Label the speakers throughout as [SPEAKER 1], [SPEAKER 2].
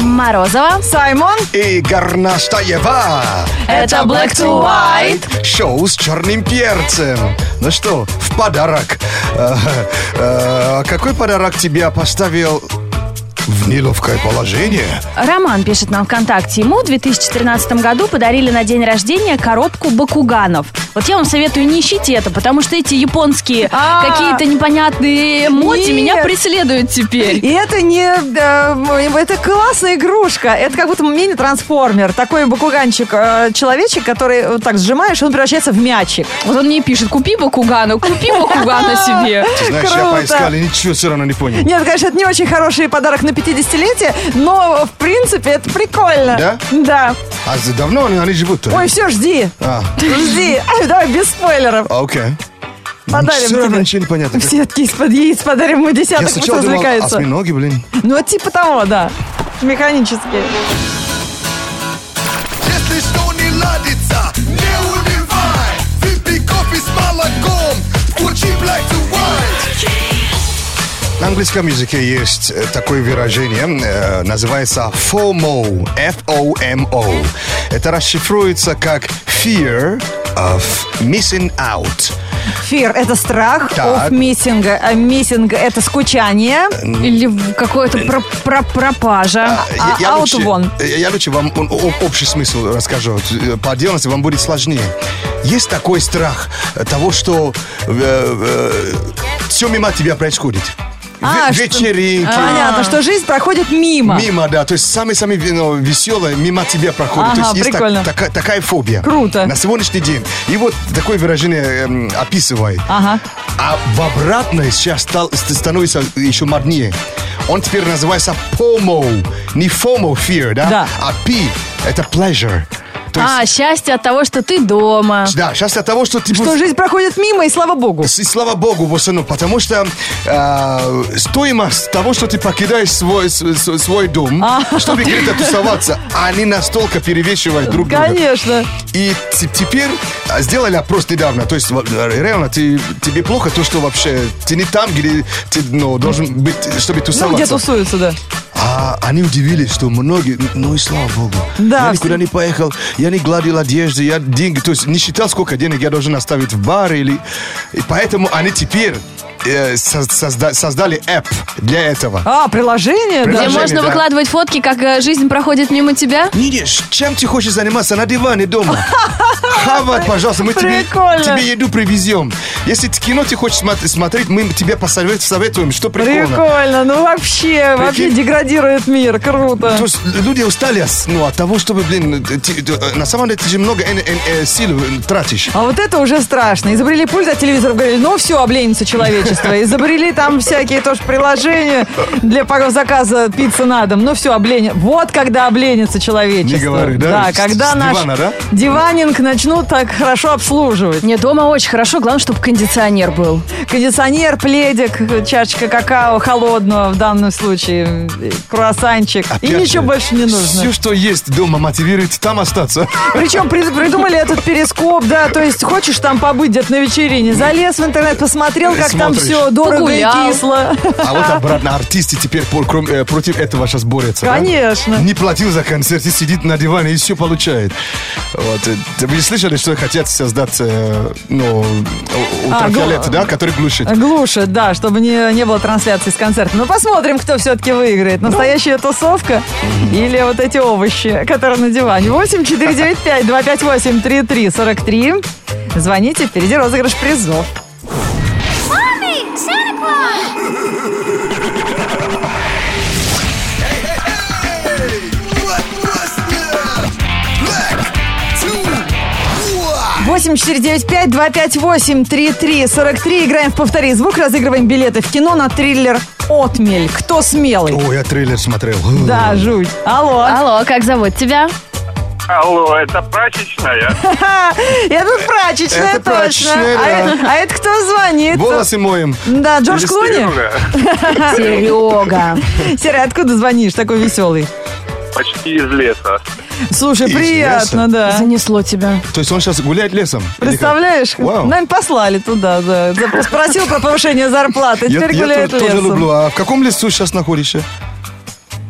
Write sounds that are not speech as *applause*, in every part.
[SPEAKER 1] Морозова.
[SPEAKER 2] Саймон.
[SPEAKER 3] и Горнастаева.
[SPEAKER 1] Это Black to White.
[SPEAKER 3] Шоу с черным перцем. Ну что, в подарок. Э, э, какой подарок тебя поставил в неловкое положение?
[SPEAKER 1] Роман пишет нам ВКонтакте. Ему в 2013 году подарили на день рождения коробку бакуганов. Вот я вам советую, не ищите это, потому что эти японские
[SPEAKER 2] А.
[SPEAKER 1] какие-то непонятные моди
[SPEAKER 2] Нет.
[SPEAKER 1] меня преследуют теперь.
[SPEAKER 2] И это не... э, это классная игрушка. Это как будто мини-трансформер. Такой бакуганчик-человечек, который вот так сжимаешь, и он превращается в мячик.
[SPEAKER 1] *laughs* Вот он мне пишет, купи бакугану, купи *laughs* бакугана себе.
[SPEAKER 3] Ты знаешь, я
[SPEAKER 2] Круто.
[SPEAKER 3] поискал и ничего все равно не понял.
[SPEAKER 2] Нет, конечно, это не очень хороший подарок на 50-летие, но, в принципе, это прикольно.
[SPEAKER 3] Да?
[SPEAKER 2] Да.
[SPEAKER 3] А за- давно они, они живут?
[SPEAKER 2] Ой, все, жди.
[SPEAKER 3] А,
[SPEAKER 2] Жди. Ай, Давай без спойлеров.
[SPEAKER 3] окей.
[SPEAKER 2] Подарим
[SPEAKER 3] Все равно
[SPEAKER 2] тебе.
[SPEAKER 3] ничего не понятно. как-
[SPEAKER 2] Сетки из-под яиц подарим мы
[SPEAKER 3] Я
[SPEAKER 2] десяток, пусть
[SPEAKER 3] сначала думал, а
[SPEAKER 2] развлекаются.
[SPEAKER 3] осьминоги, блин.
[SPEAKER 2] Ну, вот типа того, да. Механически.
[SPEAKER 4] Если что не ладится, не унывай Выпей кофе с молоком, включи Black to White
[SPEAKER 3] На английском языке есть э, такое выражение, э, называется FOMO, F-O-M-O. Это расшифруется как Fear of Missing Out.
[SPEAKER 2] Фир – это страх
[SPEAKER 3] Так.
[SPEAKER 2] оф миссинга. А миссинг – это скучание.
[SPEAKER 1] Или в какое-то про- про- пропажа.
[SPEAKER 2] А- out вон.
[SPEAKER 3] я- я лучше вам он- о- общий смысл расскажу. Э, По отдельности вам будет сложнее. Есть такой страх э, того, что все мимо тебя происходит. Ве-
[SPEAKER 2] А, что-
[SPEAKER 3] вечеринки,
[SPEAKER 2] Понятно, что жизнь проходит мимо.
[SPEAKER 3] Мимо, да. То есть самые-самые ну, веселые мимо тебя проходят.
[SPEAKER 2] Ага,
[SPEAKER 3] То есть есть так-
[SPEAKER 2] прикольно.
[SPEAKER 3] така- такая фобия.
[SPEAKER 2] Круто.
[SPEAKER 3] На сегодняшний день. И вот такое выражение эм, описывает.
[SPEAKER 2] Ага.
[SPEAKER 3] А в обратной сейчас стал- ст- становится еще моднее. Он теперь называется POMO. Не FOMO, fear, да?
[SPEAKER 2] Да.
[SPEAKER 3] А P – это pleasure. То есть,
[SPEAKER 1] А, счастье от того, что ты дома.
[SPEAKER 3] да, сейчас от того, что ты...
[SPEAKER 2] Что
[SPEAKER 3] будешь-
[SPEAKER 2] жизнь проходит мимо, и слава богу.
[SPEAKER 3] и слава богу, в основном, потому что э, стоимость того, что ты покидаешь свой, с- с- свой дом, чтобы где-то тусоваться, они настолько перевешивают друг друга.
[SPEAKER 2] Конечно.
[SPEAKER 3] И т- теперь а, сделали опрос недавно, то есть во- реально ты, тебе плохо то, что вообще ты не там, где ты ну, должен быть, чтобы
[SPEAKER 2] Ну, где
[SPEAKER 3] тусоваться.
[SPEAKER 2] тусуются, да.
[SPEAKER 3] А они удивились, что многие, ну и слава богу,
[SPEAKER 2] Да,
[SPEAKER 3] я
[SPEAKER 2] все-
[SPEAKER 3] никуда не поехал, я не гладил одежды, я деньги, то есть не считал, сколько денег я должен оставить в баре или... И поэтому они теперь э, со- созда- создали app для этого.
[SPEAKER 2] А,
[SPEAKER 1] Где
[SPEAKER 2] приложение,
[SPEAKER 3] Приложение.
[SPEAKER 2] да.
[SPEAKER 1] можно
[SPEAKER 3] да.
[SPEAKER 1] выкладывать фотки, как э, жизнь проходит мимо тебя.
[SPEAKER 3] Не, не, ш- чем ты хочешь заниматься? На диване дома.
[SPEAKER 2] *laughs*
[SPEAKER 3] Хавать, пожалуйста, мы тебе,
[SPEAKER 2] Прикольно.
[SPEAKER 3] тебе еду привезем. Если ты кино ты хочешь смо- смотреть, мы тебе посоветуем, советуем, что прикольно.
[SPEAKER 2] Прикольно, ну вообще, вообще
[SPEAKER 3] Прикинь.
[SPEAKER 2] деградирует мир, круто.
[SPEAKER 3] То есть люди устали от, ну, от того, чтобы, блин, ты- ты- на самом деле ты же много эн- эн- э, сил э, тратишь.
[SPEAKER 2] А вот это уже страшно. Изобрели пульт от телевизора, говорили, ну все, обленится человечество. Изобрели там всякие тоже приложения для по- заказа пиццы на дом. Ну все, облени. Вот когда обленится человечество.
[SPEAKER 3] Не говори, да?
[SPEAKER 2] Да,
[SPEAKER 3] С-
[SPEAKER 2] когда
[SPEAKER 3] с
[SPEAKER 2] наш
[SPEAKER 3] дивана, да?
[SPEAKER 2] диванинг начнут так хорошо обслуживать.
[SPEAKER 1] Мне дома очень хорошо, главное, чтобы кондиционер был.
[SPEAKER 2] Кондиционер, пледик, чашечка какао холодного в данном случае, э, круассанчик. И ничего больше не нужно.
[SPEAKER 3] Все, что есть дома, мотивирует там остаться.
[SPEAKER 2] Причем при- придумали этот перископ, да, то есть хочешь там побыть где-то на вечерине, залез в интернет, посмотрел,
[SPEAKER 3] И
[SPEAKER 2] как там
[SPEAKER 3] смотришь.
[SPEAKER 2] все дорого
[SPEAKER 1] Погулял.
[SPEAKER 2] и кисло.
[SPEAKER 3] А вот обратно артисты теперь пор- кром- э, против этого сейчас борются. да?
[SPEAKER 2] Конечно.
[SPEAKER 3] Не платил за концерт и сидит на диване и все получает. Вот. э, т- Вы слышали, что хотят создать э, ну, у-
[SPEAKER 2] А,
[SPEAKER 3] ультрафиолет,
[SPEAKER 2] гл-
[SPEAKER 3] да, который глушит?
[SPEAKER 2] Глушит, да, чтобы не, не было трансляции с концерта. Но посмотрим, кто все-таки выиграет. Настоящая тусовка или вот эти овощи, которые на диване. 8 495 258 33 43. Звоните, впереди розыгрыш призов.
[SPEAKER 4] Black Master Black to White
[SPEAKER 2] 8495-258-3343. Играем в «Повтори звук», разыгрываем билеты в кино на триллер «Отмель». Кто смелый?
[SPEAKER 3] О, я трейлер смотрел.
[SPEAKER 2] Да, жуть.
[SPEAKER 3] А?
[SPEAKER 2] Алло.
[SPEAKER 1] Алло, как зовут тебя?
[SPEAKER 5] Алло, это прачечная?
[SPEAKER 2] Это прачечная,
[SPEAKER 3] Это
[SPEAKER 2] точно.
[SPEAKER 3] прачечная,
[SPEAKER 2] А э- А это кто звонит?
[SPEAKER 3] Волосы моем.
[SPEAKER 2] Да, Джордж
[SPEAKER 3] Или
[SPEAKER 2] Клуни?
[SPEAKER 5] Серега,
[SPEAKER 1] Серега.
[SPEAKER 2] Серый, откуда звонишь? Такой веселый.
[SPEAKER 5] почти из леса.
[SPEAKER 2] Слушай,
[SPEAKER 3] Из
[SPEAKER 2] приятно,
[SPEAKER 3] леса.
[SPEAKER 2] да.
[SPEAKER 1] Занесло тебя.
[SPEAKER 3] То есть он сейчас гуляет лесом? Или как?
[SPEAKER 2] Представляешь?
[SPEAKER 3] Вау.
[SPEAKER 2] Нам послали туда, да. За- Спросил про повышение зарплаты,
[SPEAKER 3] Я,
[SPEAKER 2] теперь
[SPEAKER 3] я
[SPEAKER 2] гуляет
[SPEAKER 3] тоже, тоже
[SPEAKER 2] лесом.
[SPEAKER 3] люблю. А в каком лесу сейчас находишься?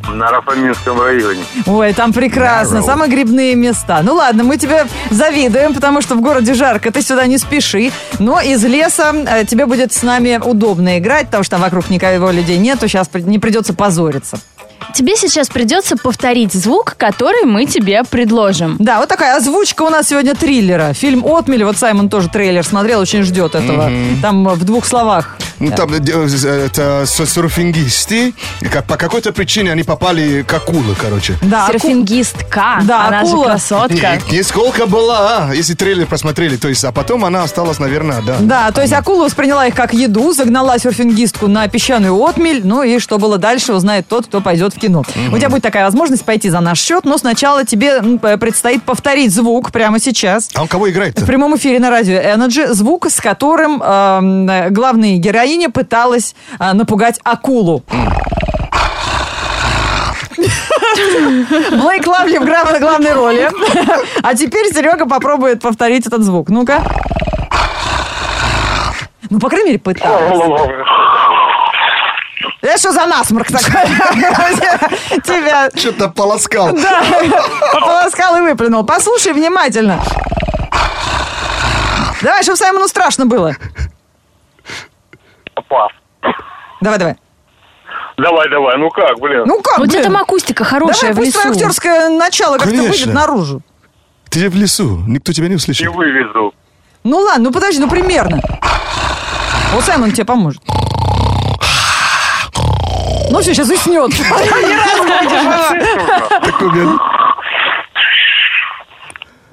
[SPEAKER 5] на Рафаминском районе.
[SPEAKER 2] Ой, там прекрасно. Самые грибные места. Ну ладно, мы тебе завидуем, потому что в городе жарко, ты сюда не спеши. Но из леса э, тебе будет с нами удобно играть, потому что там вокруг никого людей нету, сейчас не придется позориться.
[SPEAKER 1] Тебе сейчас придется повторить звук, который мы тебе предложим.
[SPEAKER 2] Да, вот такая озвучка у нас сегодня триллера. Фильм «Отмель», вот Саймон тоже трейлер смотрел, очень ждет этого. Там э, в двух словах.
[SPEAKER 3] Ну, там э, э, это с- серфингисты, как- по какой-то причине они попали к акулы, короче.
[SPEAKER 2] Да, аку-
[SPEAKER 1] Серфингистка,
[SPEAKER 2] Да,
[SPEAKER 1] она
[SPEAKER 2] акула.
[SPEAKER 1] же красотка.
[SPEAKER 3] Не- Нисколько была, а, если трейлер просмотрели. То есть, а потом она осталась, наверное, да.
[SPEAKER 2] Да, то есть акула восприняла их как еду, загнала серфингистку на песчаную отмель, ну и что было дальше, узнает тот, кто пойдет в кино. У тебя будет такая возможность пойти за наш счет, но сначала тебе м, п- предстоит повторить звук прямо сейчас.
[SPEAKER 3] А он кого играет-то?
[SPEAKER 2] В прямом эфире на радио Energy звук, с которым эм, э, главная героиня пыталась э, напугать акулу. Блейк Лавли в гра- на главной роли. А теперь Серега попробует повторить этот звук. Ну-ка. Ну, по крайней мере, пыталась. Это что за насморк такой? *laughs* Тебя
[SPEAKER 3] Что-то полоскал.
[SPEAKER 2] да, пополоскал и выплюнул. Послушай внимательно. Давай, чтобы Саймону страшно было.
[SPEAKER 5] Попав.
[SPEAKER 2] Давай, давай.
[SPEAKER 5] Давай, давай, ну как, блин.
[SPEAKER 2] Ну как,
[SPEAKER 1] Вот тебе
[SPEAKER 2] блин?
[SPEAKER 1] там акустика хорошая
[SPEAKER 2] Давай,
[SPEAKER 1] в
[SPEAKER 2] пусть
[SPEAKER 1] лесу.
[SPEAKER 2] твое актерское начало как-то
[SPEAKER 3] Конечно.
[SPEAKER 2] выйдет наружу.
[SPEAKER 3] Ты же в лесу, никто тебя не
[SPEAKER 5] Не
[SPEAKER 3] услышит.
[SPEAKER 5] вывезу.
[SPEAKER 2] Ну ладно, ну подожди, ну примерно. Вот Саймон тебе поможет. Ну все, сейчас уснет.
[SPEAKER 3] Такой, блин,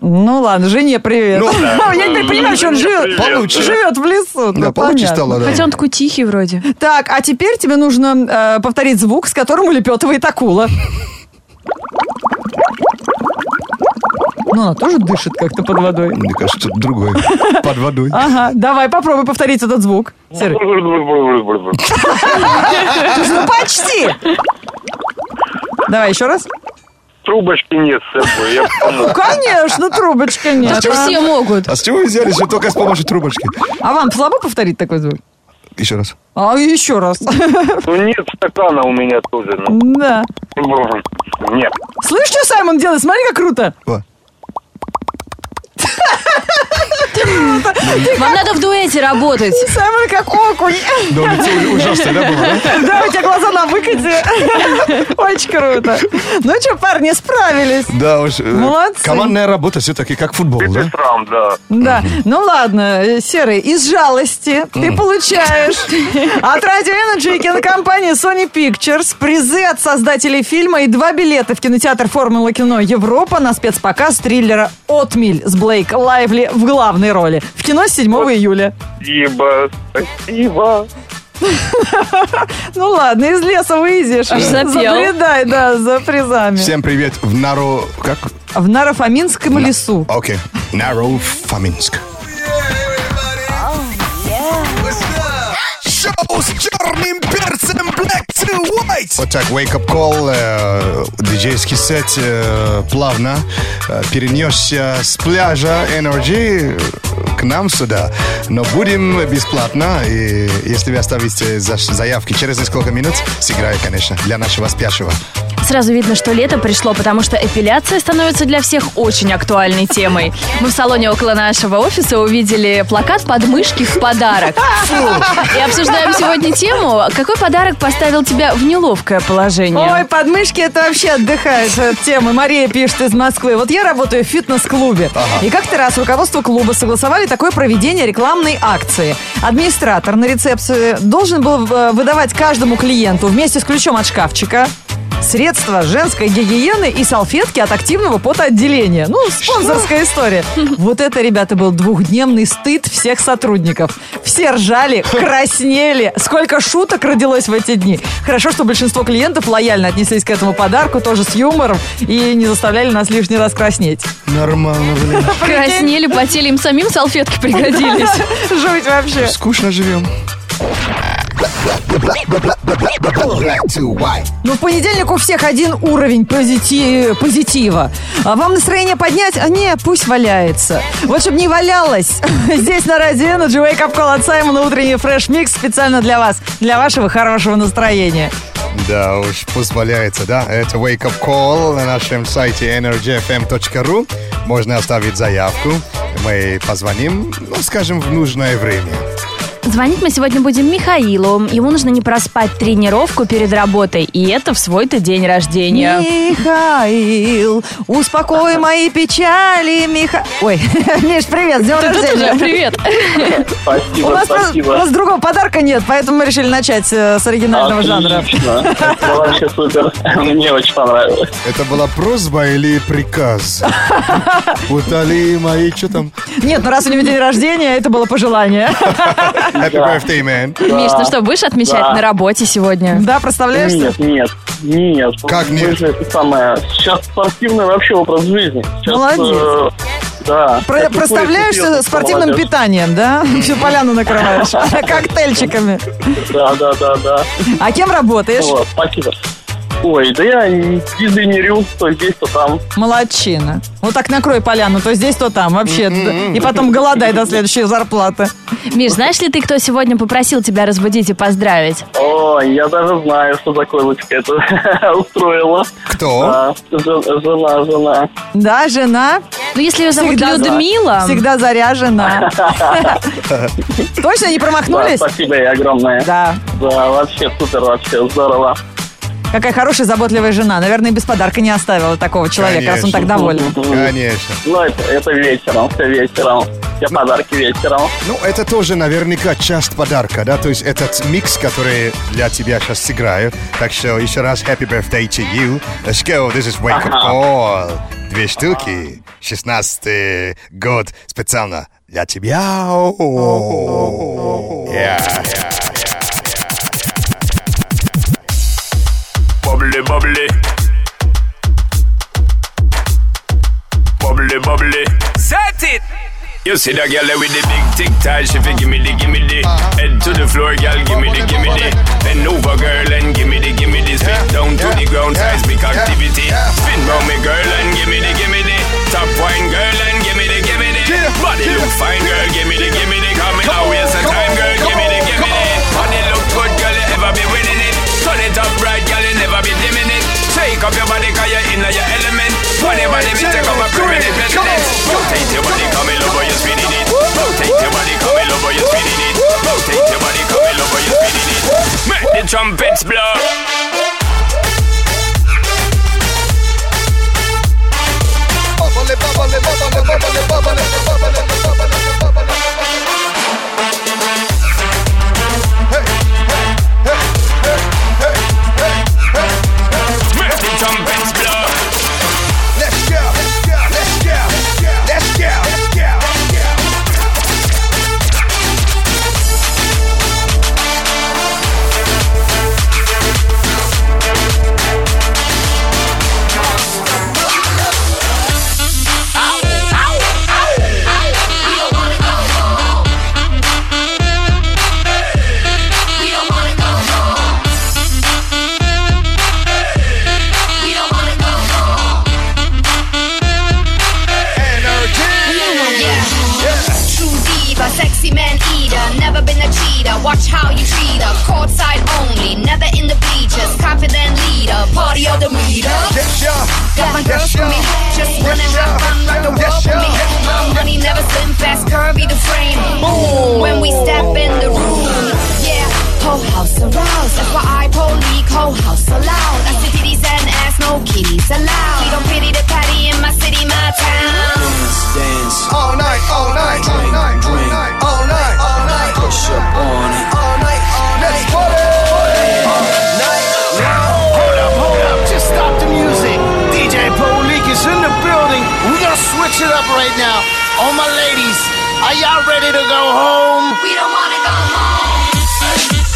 [SPEAKER 2] Ну ладно, жене привет.
[SPEAKER 3] Ну,
[SPEAKER 2] *laughs* Я теперь понимаю, что он
[SPEAKER 5] Жене
[SPEAKER 2] живет.
[SPEAKER 5] привет,
[SPEAKER 3] Получше.
[SPEAKER 2] Живет в лесу.
[SPEAKER 3] Да,
[SPEAKER 2] ну,
[SPEAKER 3] получше
[SPEAKER 2] понятно.
[SPEAKER 3] стало,
[SPEAKER 1] Хотя
[SPEAKER 3] да.
[SPEAKER 1] он такой тихий вроде.
[SPEAKER 2] Так, а теперь тебе нужно э, повторить звук, с которым улепетывает акула. Ну, она тоже дышит как-то под водой.
[SPEAKER 3] Мне кажется, что-то другое. Под водой.
[SPEAKER 2] Ага, давай, попробуй повторить этот звук.
[SPEAKER 5] Ну,
[SPEAKER 2] Серый. Слушай, ну почти! Давай еще раз.
[SPEAKER 5] Трубочки нет с собой, я помню.
[SPEAKER 2] Ну, конечно, трубочка нет.
[SPEAKER 1] Только все могут.
[SPEAKER 3] А с чего вы взяли, что только с помощью трубочки?
[SPEAKER 2] А вам слабо повторить такой звук?
[SPEAKER 3] Еще раз.
[SPEAKER 2] А еще раз. *laughs*
[SPEAKER 5] Ну нет стакана у меня тоже. ну.
[SPEAKER 2] Да.
[SPEAKER 5] Нет.
[SPEAKER 2] Слышь, что Саймон делает? Смотри, как круто.
[SPEAKER 3] Во.
[SPEAKER 1] Вам надо в дуэте работать.
[SPEAKER 2] Саймон как окунь. *laughs*
[SPEAKER 3] Да, лицо ужасное, да, было, да?
[SPEAKER 2] Да, у тебя глаза на выкате. *laughs* Очень круто. Ну что, парни, справились.
[SPEAKER 3] Да уж. э,
[SPEAKER 2] Молодцы.
[SPEAKER 3] Командная работа все-таки как футбол, да?
[SPEAKER 5] Петрам, да.
[SPEAKER 2] Да, ну ладно, э, Серый, из жалости ты
[SPEAKER 1] *laughs*
[SPEAKER 2] получаешь от Radio Energy и кинокомпании Sony Pictures призы от создателей фильма и два билета в кинотеатр «Формула кино Европа» на спецпоказ триллера «Отмель» с Блейк Лайвли в главной роли в кино 7 июля.
[SPEAKER 5] Спасибо, спасибо.
[SPEAKER 2] Ну ладно, из леса выйдешь.
[SPEAKER 1] Аж запел.
[SPEAKER 2] Заблюдай, да, за призами.
[SPEAKER 3] Всем привет в Наро... Как?
[SPEAKER 2] В Нарофаминском лесу.
[SPEAKER 3] Окей. Наро Фоминск.
[SPEAKER 4] Шоу с черным перцем black to white.
[SPEAKER 3] Вот так, Wake Up Call, э, диджейский сет э, плавно э, перенесся с пляжа Energy э, к нам сюда. Но будем бесплатно, и если вы оставите за- заявки через несколько минут, сыграю, конечно, для нашего спящего.
[SPEAKER 1] Сразу видно, что лето пришло, потому что эпиляция становится для всех очень актуальной темой. Мы в салоне около нашего офиса увидели плакат «Подмышки в подарок». И обсуждаем сегодня тему, какой подарок поставил тебя в неловкое
[SPEAKER 2] Ой,
[SPEAKER 1] положение.
[SPEAKER 2] подмышки это вообще отдыхает от темы. Мария пишет из Москвы. Вот я работаю в фитнес-клубе. И как-то раз руководство клуба согласовали такое проведение рекламной акции. Администратор на рецепции должен был э, выдавать каждому клиенту вместе с ключом от шкафчика средства женской гигиены и салфетки от активного потоотделения. Ну, спонсорская история. Вот это, ребята, был двухдневный стыд всех сотрудников. Все ржали, краснели. Сколько шуток родилось в эти дни. Хорошо, что большинство клиентов лояльно отнеслись к этому подарку, тоже с юмором, и не заставляли нас лишний раз краснеть.
[SPEAKER 3] Нормально, блин.
[SPEAKER 1] Краснели, потели, им самим салфетки пригодились.
[SPEAKER 2] Жуть вообще.
[SPEAKER 3] Скучно живем.
[SPEAKER 4] Black to white.
[SPEAKER 2] Ну, в понедельник у всех один уровень позити- позитива. А вам настроение поднять? А не, пусть валяется. Вот чтобы не валялось. *laughs* Здесь на Радио Energy Wake Up Call от Саймона утренний фреш-микс специально для вас, для вашего хорошего настроения.
[SPEAKER 3] Да уж, позволяется, да? Это Wake Up Call на нашем сайте energyfm.ru. Можно оставить заявку. Мы позвоним, ну, скажем, в нужное время.
[SPEAKER 1] *laughs* Звонить мы сегодня будем Михаилу. Ему нужно не проспать тренировку перед работой. И это в свой-то день рождения.
[SPEAKER 2] Михаил, успокой мои печали, Миха... Ой, *laughs* Миш, привет, с днем
[SPEAKER 1] Ты тут
[SPEAKER 2] рождения.
[SPEAKER 1] уже, привет.
[SPEAKER 5] Спасибо,
[SPEAKER 2] У нас, просто- у нас другого подарка нет, поэтому мы решили начать э, с оригинального жанра.
[SPEAKER 5] Отлично. Это вообще супер. Мне очень понравилось.
[SPEAKER 3] Это была просьба или приказ? Утоли мои, что там?
[SPEAKER 2] Нет, ну раз у него день рождения, это было пожелание. *laughs*
[SPEAKER 3] Happy birthday, man.
[SPEAKER 1] Миш, ну что, будешь отмечать
[SPEAKER 5] Да.
[SPEAKER 1] на работе сегодня?
[SPEAKER 2] Да, представляешь?
[SPEAKER 5] Нет, нет, нет.
[SPEAKER 3] Как
[SPEAKER 5] Мы
[SPEAKER 3] нет?
[SPEAKER 5] же это самое. Сейчас спортивный вообще образ жизни. Сейчас,
[SPEAKER 2] Молодец.
[SPEAKER 5] э, да.
[SPEAKER 2] Про-
[SPEAKER 5] как и курица
[SPEAKER 2] Проставляешься
[SPEAKER 5] пьет,
[SPEAKER 2] спортивным
[SPEAKER 5] молодежь.
[SPEAKER 2] питанием, да? Всю поляну накрываешь
[SPEAKER 5] *laughs*
[SPEAKER 2] *laughs* коктейльчиками.
[SPEAKER 5] Да, да, да, да.
[SPEAKER 2] А кем работаешь?
[SPEAKER 5] Вот, спасибо. Ой, да я не- дизайнерю то здесь, то там.
[SPEAKER 2] Молодчина. Вот так накрой поляну, то здесь, то там вообще. И потом голодай до следующей зарплаты.
[SPEAKER 1] Миш, знаешь ли ты, кто сегодня попросил тебя разбудить и поздравить?
[SPEAKER 5] О, я даже знаю, что за койлочка это *laughs* устроила.
[SPEAKER 3] Кто?
[SPEAKER 5] Да, жен- жена, жена.
[SPEAKER 2] Да, жена
[SPEAKER 1] Ну, если ее зовут
[SPEAKER 2] Всегда за.
[SPEAKER 1] Людмила...
[SPEAKER 2] всегда
[SPEAKER 5] *laughs*
[SPEAKER 2] заряжена. Точно не
[SPEAKER 5] Да,
[SPEAKER 2] промахнулись?
[SPEAKER 5] спасибо ей огромное.
[SPEAKER 2] Ну, Да.
[SPEAKER 5] Да, вообще супер, вообще здорово.
[SPEAKER 2] Какая хорошая, заботливая жена. Наверное, без подарка не оставила такого человека, раз он
[SPEAKER 3] Конечно.
[SPEAKER 2] так доволен.
[SPEAKER 3] Конечно.
[SPEAKER 5] Ну, это, это вечером, все вечером. Все подарки вечером.
[SPEAKER 3] Ну, это тоже наверняка часть подарка, да? То есть этот микс, который для тебя сейчас сыграю. Так что еще раз happy birthday to you. Let's go, this is wake up call. Две штуки. 16 год специально для тебя. Yeah.
[SPEAKER 6] Bubbly, bubbly. Bubbly, bubbly. Set it. You see that girl with the big tic tac, she fi gimme the gimme the. Head to the floor, girl, gimme the gimme the. Bend over, girl, and gimme the gimme the. Spin down to the ground, seismic activity. Spin round me, girl, and gimme the gimme the. Top wine, girl, and gimme the gimme the. Body look fine, girl, gimme the gimme the. Come in, I waste of time, girl, gimme the gimme the. Body look good, girl, you ever be winning it. Turn it up right, girl, you never be dimming it. Shake up your body, cause you're in your element. Body, body, me take up a pyramid president. Rotate your body, come in, love, you're spinning it. Rotate your body, come in, love, you're spinning it. Rotate your body, come in, love, you're spinning it. Make the trumpets blow. Make the trumpets blow.
[SPEAKER 4] Let's go, let's go, let's go, let's go, let's go, let's go.
[SPEAKER 7] True diva, sexy man eater, never been a cheater. Watch how you treat her. Courtside only, never in the bleachers. Confident leader, party of the meter. Got my girls for me, just running round, round, round the world for me. My money never slim, fast, curvy the frame. Boom, when we step in the room, yeah. Whole house aroused, FYI, police, whole house allowed. I see titties and ass, no kitties allowed. We don't pity the patty in my city, my town.
[SPEAKER 4] All night, all night, all night, all night, all night, all night. Push up on it. All night, all night. Let's party.
[SPEAKER 8] Hold up, hold up, just stop the music. DJ Polik is in the building. We're gonna switch it up right now. All my ladies, are y'all ready to go home?
[SPEAKER 7] We don't wanna go home.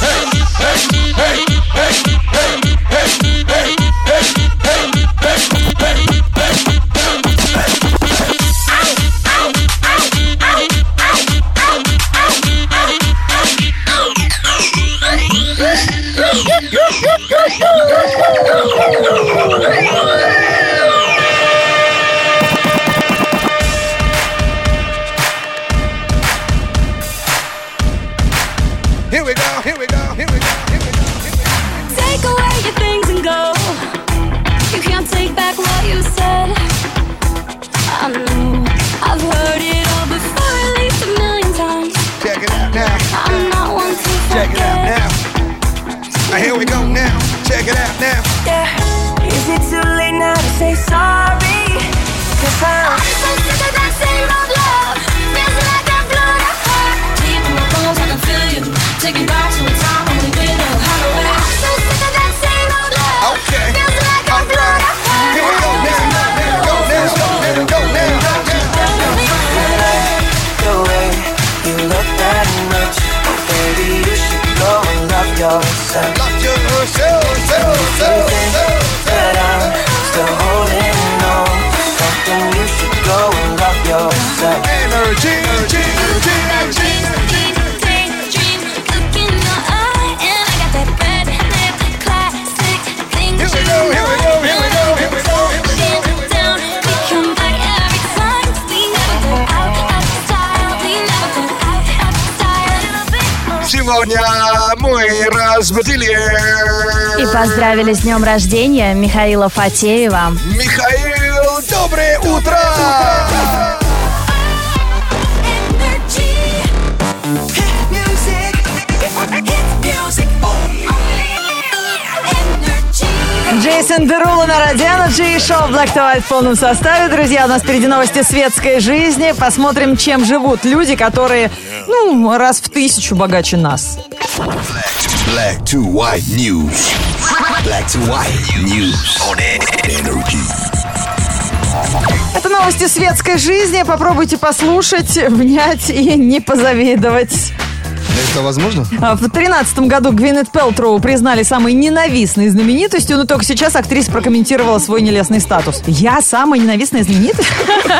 [SPEAKER 4] Here we go, here we go, here we go, here we go.
[SPEAKER 7] Take away your
[SPEAKER 4] Now here we go now. Check it out now.
[SPEAKER 9] Yeah. Is it too late now to say sorry? Cause I'm
[SPEAKER 7] so sick of that same old love. Feels like I'm blown apart. Deep in my bones, I can feel you. Take me back to a time when we didn't know how to act. I'm so sick of that same old love.
[SPEAKER 4] Okay.
[SPEAKER 7] Feels like I'm blown
[SPEAKER 4] Alright.
[SPEAKER 7] apart.
[SPEAKER 4] Here we go now. Here we go now. Here we go now.
[SPEAKER 9] the way you look that much. Oh, baby, you should go and love yourself.
[SPEAKER 4] Lock yourself, self, self, self,
[SPEAKER 9] But
[SPEAKER 4] self.
[SPEAKER 9] I'm still holding on. Something you should go and love yourself.
[SPEAKER 4] Energy, energy, energy, energy, energy. Here we go, here we go, here we go, here we go, here we go. Сегодня мы разбудили
[SPEAKER 1] И поздравили с днем рождения Михаила Фатеева.
[SPEAKER 4] Михаил, доброе утро!
[SPEAKER 2] Джейсон Дерула на Радиана Джи и шоу Black to White в полном составе. Друзья, у нас впереди новости светской жизни. Посмотрим, чем живут люди, которые, ну, раз в тысячу богаче нас.
[SPEAKER 4] Black to white news. Black to white news on energy.
[SPEAKER 2] Это новости светской жизни. Попробуйте послушать, *laughs* внять и не позавидовать.
[SPEAKER 3] Это возможно?
[SPEAKER 2] А В 2013 году Гвинет Пелтроу признали самой ненавистной знаменитостью, но только сейчас актриса прокомментировала свой нелестный статус. Я самая ненавистная знаменитость?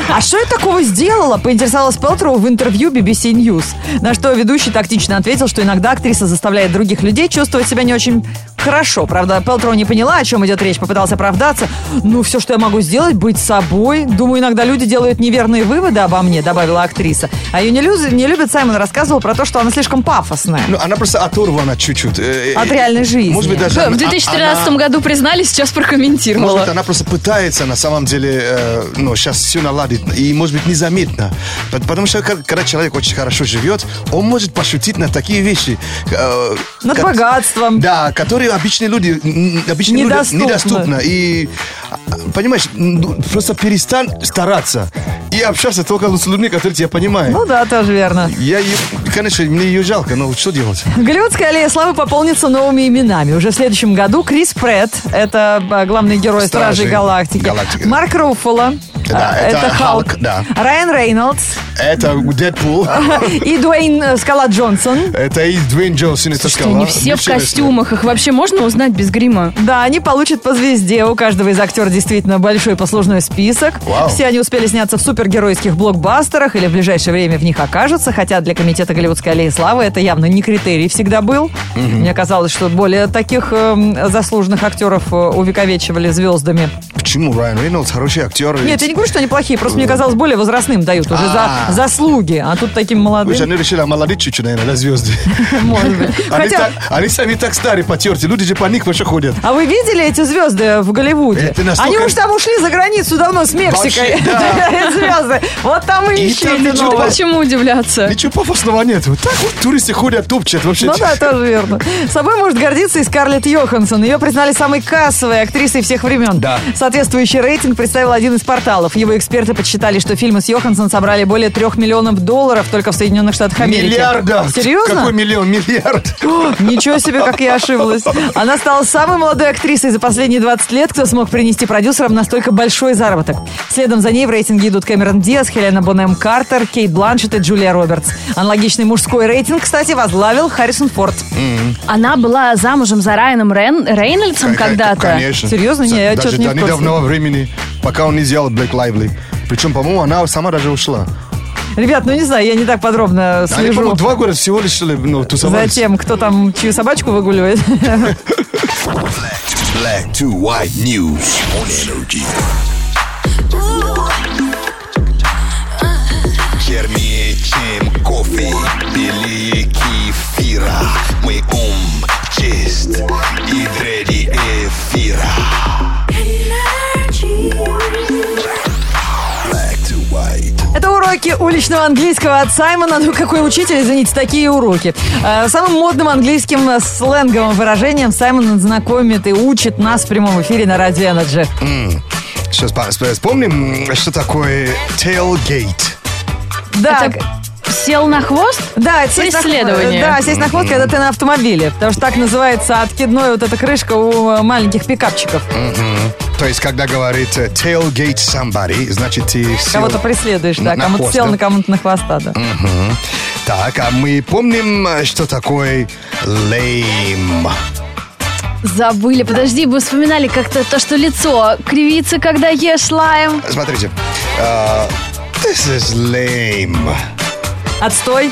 [SPEAKER 2] А что я такого сделала? Поинтересовалась Пелтроу в интервью BBC News. На что ведущий тактично ответил, что иногда актриса заставляет других людей чувствовать себя не очень хорошо. Правда, Пелтроу не поняла, о чем идет речь, попытался оправдаться. Ну, все, что я могу сделать, быть собой. Думаю, иногда люди делают неверные выводы обо мне, добавила актриса. А ее не, лю- не любит Саймон рассказывал про то, что она слишком пафосная.
[SPEAKER 3] Ну, она просто оторвана чуть-чуть. Э, э,
[SPEAKER 2] От
[SPEAKER 3] э,
[SPEAKER 2] реальной жизни.
[SPEAKER 3] Может быть, даже...
[SPEAKER 1] В
[SPEAKER 3] она-
[SPEAKER 1] 2013
[SPEAKER 3] она-
[SPEAKER 1] году признали, сейчас
[SPEAKER 3] Может быть,
[SPEAKER 1] прокомментировала.
[SPEAKER 3] она просто пытается на самом деле, э, ну, сейчас все наладить, и, может быть, незаметно. Пот- Потому что, как- когда человек очень хорошо живет, он может пошутить на такие вещи. э,
[SPEAKER 2] Над
[SPEAKER 3] как-
[SPEAKER 2] богатством.
[SPEAKER 3] Да, которые обычные люди, м, обычные
[SPEAKER 2] Недоступно.
[SPEAKER 3] люди недоступно. И, а, понимаешь, м, ну, просто перестань стараться и общаться только с людьми, которые тебя понимают.
[SPEAKER 2] Ну да, тоже верно.
[SPEAKER 3] Я, ее- конечно, мне ее жалко, но что делать?
[SPEAKER 2] Голливудская аллея славы пополнится новыми именами. Уже в следующем году Крис Прэд, это а, главный герой Стражей
[SPEAKER 3] Стражей
[SPEAKER 2] Галактики.
[SPEAKER 3] Галактики, да.
[SPEAKER 2] Марк Руффало,
[SPEAKER 3] Да,
[SPEAKER 2] а,
[SPEAKER 3] это Халк, да.
[SPEAKER 2] Райан Рейнольдс
[SPEAKER 3] *laughs* Это Дэдпул,
[SPEAKER 2] и Дуэйн э, Скала Джонсон.
[SPEAKER 3] это и Дуэйн Джонсон, это
[SPEAKER 1] Что
[SPEAKER 3] скала.
[SPEAKER 1] не все в
[SPEAKER 3] Бывший рестлер.
[SPEAKER 1] костюмах. Их вообще можно узнать без грима?
[SPEAKER 2] Да, они получат по звезде. У каждого из актеров действительно большой послужной список.
[SPEAKER 3] Вау.
[SPEAKER 2] Все они успели сняться в супергеройских блокбастерах или в ближайшее время в них окажутся. Хотя для комитета Голливудской аллеи славы это явно не критерий всегда был. Мне казалось, что более таких эм, заслуженных актеров э, увековечивали звездами.
[SPEAKER 3] Почему Райан Рейнольдс хороший актер?
[SPEAKER 2] Нет, я не говорю, что они плохие. Просто мне казалось, более возрастным дают уже за
[SPEAKER 3] А.
[SPEAKER 2] заслуги. А тут таким
[SPEAKER 3] Вы же
[SPEAKER 2] молодым,
[SPEAKER 3] они решили омолодить чуть-чуть, наверное, да,
[SPEAKER 2] *laughs*
[SPEAKER 3] звезды. *laughs*
[SPEAKER 2] может быть.
[SPEAKER 3] Они,
[SPEAKER 2] Хотя,
[SPEAKER 3] так, они сами так старые, потерты. Люди же по них вообще ходят.
[SPEAKER 2] а вы видели эти звезды в Голливуде?
[SPEAKER 3] Это настолько-
[SPEAKER 2] Они уж там ушли за границу давно с Мексикой.
[SPEAKER 3] Вообще, да.
[SPEAKER 2] *laughs* Эти Звезды. Вот там и
[SPEAKER 3] И
[SPEAKER 2] ищите
[SPEAKER 3] там ничего
[SPEAKER 2] новых.
[SPEAKER 1] Почему удивляться?
[SPEAKER 3] Ничего пафосного нет. Вот так вот туристы ходят, топчат вообще.
[SPEAKER 2] Ну да, тоже верно. Собой может гордиться и Скарлетт Йоханссон. Ее признали самой кассовой актрисой всех времен.
[SPEAKER 3] Да.
[SPEAKER 2] Соответствующий рейтинг представил один из порталов. Его эксперты подсчитали, что фильмы с Йоханссон собрали более трех миллионов долларов только в Соединенных Штатах Америки.
[SPEAKER 3] Миллиарда.
[SPEAKER 2] Серьезно?
[SPEAKER 3] Какой миллион?
[SPEAKER 2] *laughs*
[SPEAKER 3] Миллиард.
[SPEAKER 2] О, Ничего себе, как я ошиблась. Она стала самой молодой актрисой за последние 20 лет, кто смог принести продюсерам настолько большой заработок. Следом за ней в рейтинге идут Кэмерон Диас, Хелена Бонем Картер, Кейт Бланшет и Джулия Робертс. Аналогичный мужской рейтинг, кстати, возглавил Харрисон Форд.
[SPEAKER 1] Она была замужем за Райаном Рен- Рейнольдсом когда-то.
[SPEAKER 3] Конечно.
[SPEAKER 2] Серьезно? Не, я
[SPEAKER 3] Даже
[SPEAKER 2] чё-то не
[SPEAKER 3] до
[SPEAKER 2] в курсе.
[SPEAKER 3] недавнего времени, пока он не сделал Black Lively. Причем, по-моему, она сама даже ушла.
[SPEAKER 2] Ребят, ну не знаю, я не так подробно
[SPEAKER 3] Они, по-моему,
[SPEAKER 2] слежу
[SPEAKER 3] два года всего лишь ну,
[SPEAKER 2] за
[SPEAKER 3] тусовались.
[SPEAKER 2] тем, кто там чью собачку выгуливает.
[SPEAKER 4] Black to white news on energy. Чернее, чем кофе, белее кефира. Мой ум чист и дреди эфира. Black to white.
[SPEAKER 2] Это уроки Уроки уличного английского от Саймона. Ну, какой учитель, извините, такие уроки. Э, Самым модным английским э, сленговым выражением Саймон знакомит и учит нас в прямом эфире на Радио Energy.
[SPEAKER 3] Сейчас по- сп- вспомним, что такое tailgate.
[SPEAKER 2] Да,
[SPEAKER 1] Это сел на хвост?
[SPEAKER 2] Да, сесть на хво-
[SPEAKER 1] Преследование.
[SPEAKER 2] Да, сесть на хвост, когда ты на автомобиле. Потому что так называется откидной вот эта крышка у э, маленьких пикапчиков.
[SPEAKER 3] То есть, когда говорит э, tailgate somebody, значит ты сел-
[SPEAKER 2] Кого-то преследуешь, да,
[SPEAKER 3] на
[SPEAKER 2] кому-то
[SPEAKER 3] хвост,
[SPEAKER 2] сел,
[SPEAKER 3] да?
[SPEAKER 2] на кому-то на хвоста, да.
[SPEAKER 3] Мгм. Так, а мы помним, э, что такое lame.
[SPEAKER 1] Забыли. Подожди, вы вспоминали как-то то, что лицо кривится, когда ешь лайм.
[SPEAKER 3] Смотрите. э, This is lame.
[SPEAKER 2] Отстой.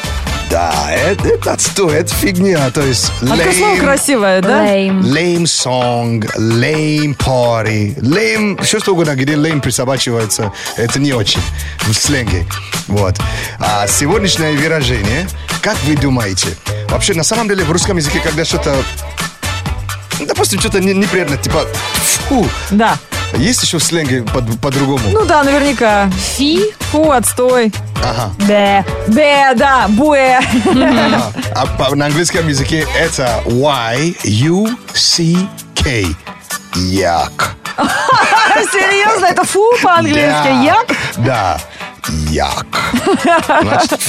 [SPEAKER 3] Да, это, это отстой, это фигня. То есть
[SPEAKER 2] Открой А слово
[SPEAKER 3] lame,
[SPEAKER 2] красивое, да?
[SPEAKER 1] Лейм.
[SPEAKER 3] lame song, lame party, lame, все что угодно, где lame присобачивается, это не очень в сленге. Вот. А сегодняшнее выражение, как вы думаете? Вообще, на самом деле, в русском языке, когда что-то, допустим, что-то не- неприятно, типа, фу,
[SPEAKER 2] Да.
[SPEAKER 3] есть еще в сленге под- по-другому?
[SPEAKER 2] Ну да, наверняка.
[SPEAKER 1] Фи.
[SPEAKER 2] Фу, отстой.
[SPEAKER 3] ага.
[SPEAKER 1] Да.
[SPEAKER 2] Бе, да, буэ.
[SPEAKER 3] А, а по- на английском языке это Y-U-C-K. Як.
[SPEAKER 2] Серьезно, это фу по-английски. Я?
[SPEAKER 3] Да. Як. Значит,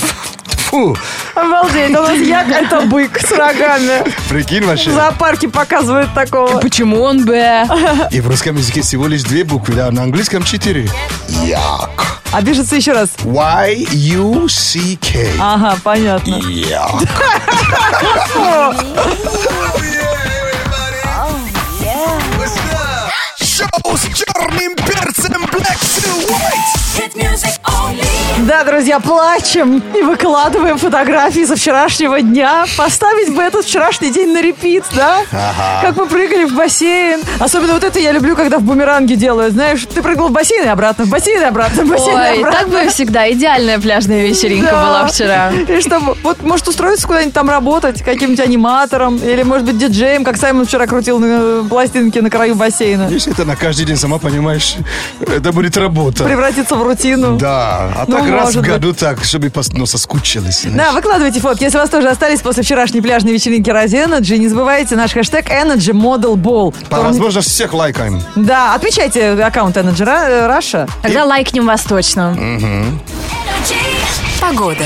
[SPEAKER 3] фу.
[SPEAKER 2] Обалдеть, у нас як это бык с рогами.
[SPEAKER 3] Прикинь
[SPEAKER 2] В
[SPEAKER 3] вообще.
[SPEAKER 2] зоопарке показывают такого.
[SPEAKER 1] Почему он Б?
[SPEAKER 3] И в русском языке всего лишь две буквы, да, на английском четыре. Як.
[SPEAKER 2] Обижется еще раз.
[SPEAKER 3] Y-U-C-K.
[SPEAKER 2] Ага, понятно.
[SPEAKER 3] Як.
[SPEAKER 4] Шоу с черным перцем Black to White.
[SPEAKER 9] Hit music only.
[SPEAKER 2] Да, друзья, плачем и выкладываем фотографии со вчерашнего дня. Поставить бы этот вчерашний день на репит, да? Как мы прыгали в бассейн. Особенно вот это я люблю, когда в бумеранге делают. Знаешь, ты прыгал в бассейн и обратно, в бассейн и обратно, в бассейн и
[SPEAKER 1] Ой,
[SPEAKER 2] обратно.
[SPEAKER 1] так бы всегда идеальная пляжная вечеринка
[SPEAKER 2] Да.
[SPEAKER 1] была вчера.
[SPEAKER 2] И чтобы, вот, может, устроиться куда-нибудь там работать, каким-нибудь аниматором, или, может быть, диджеем, как Саймон вчера крутил на э, пластинке на краю бассейна.
[SPEAKER 3] Если это на каждый день, сама понимаешь, это будет работа.
[SPEAKER 2] Превратиться в рутину.
[SPEAKER 3] Да, а так
[SPEAKER 2] Ну,
[SPEAKER 3] раз в
[SPEAKER 2] может быть.
[SPEAKER 3] году так, чтобы пос- ну, соскучились.
[SPEAKER 2] Да,
[SPEAKER 3] знаешь.
[SPEAKER 2] выкладывайте фотки. Если у вас тоже остались после вчерашней пляжной вечеринки ради Energy, не забывайте наш хэштег Energy Model Ball.
[SPEAKER 3] По возможности всех лайкаем.
[SPEAKER 2] Да, отмечайте аккаунт Energy э, Ra- Russia.
[SPEAKER 1] Тогда лайкнем вас точно.
[SPEAKER 9] Погода.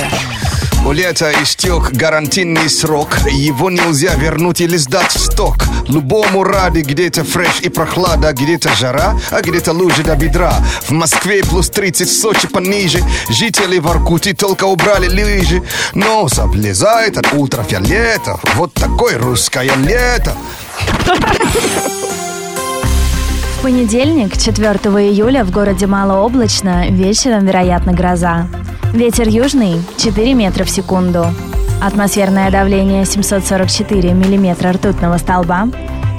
[SPEAKER 3] У лета истек гарантийный срок, его нельзя вернуть или сдать в сток. Любому ради где-то фреш и прохлада, где-то жара, а где-то лужи до бедра. В Москве плюс 30, в Сочи пониже, жители в Иркуте только убрали лыжи. Но облезает от утра фиолета, вот такое русское лето.
[SPEAKER 7] В понедельник, 4 июля, в городе малооблачно, вечером, вероятно, гроза. Ветер южный 4 метра в секунду. Атмосферное давление 744 миллиметра ртутного столба.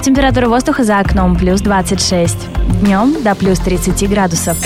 [SPEAKER 7] Температура воздуха за окном плюс 26. Днем до плюс 30 градусов.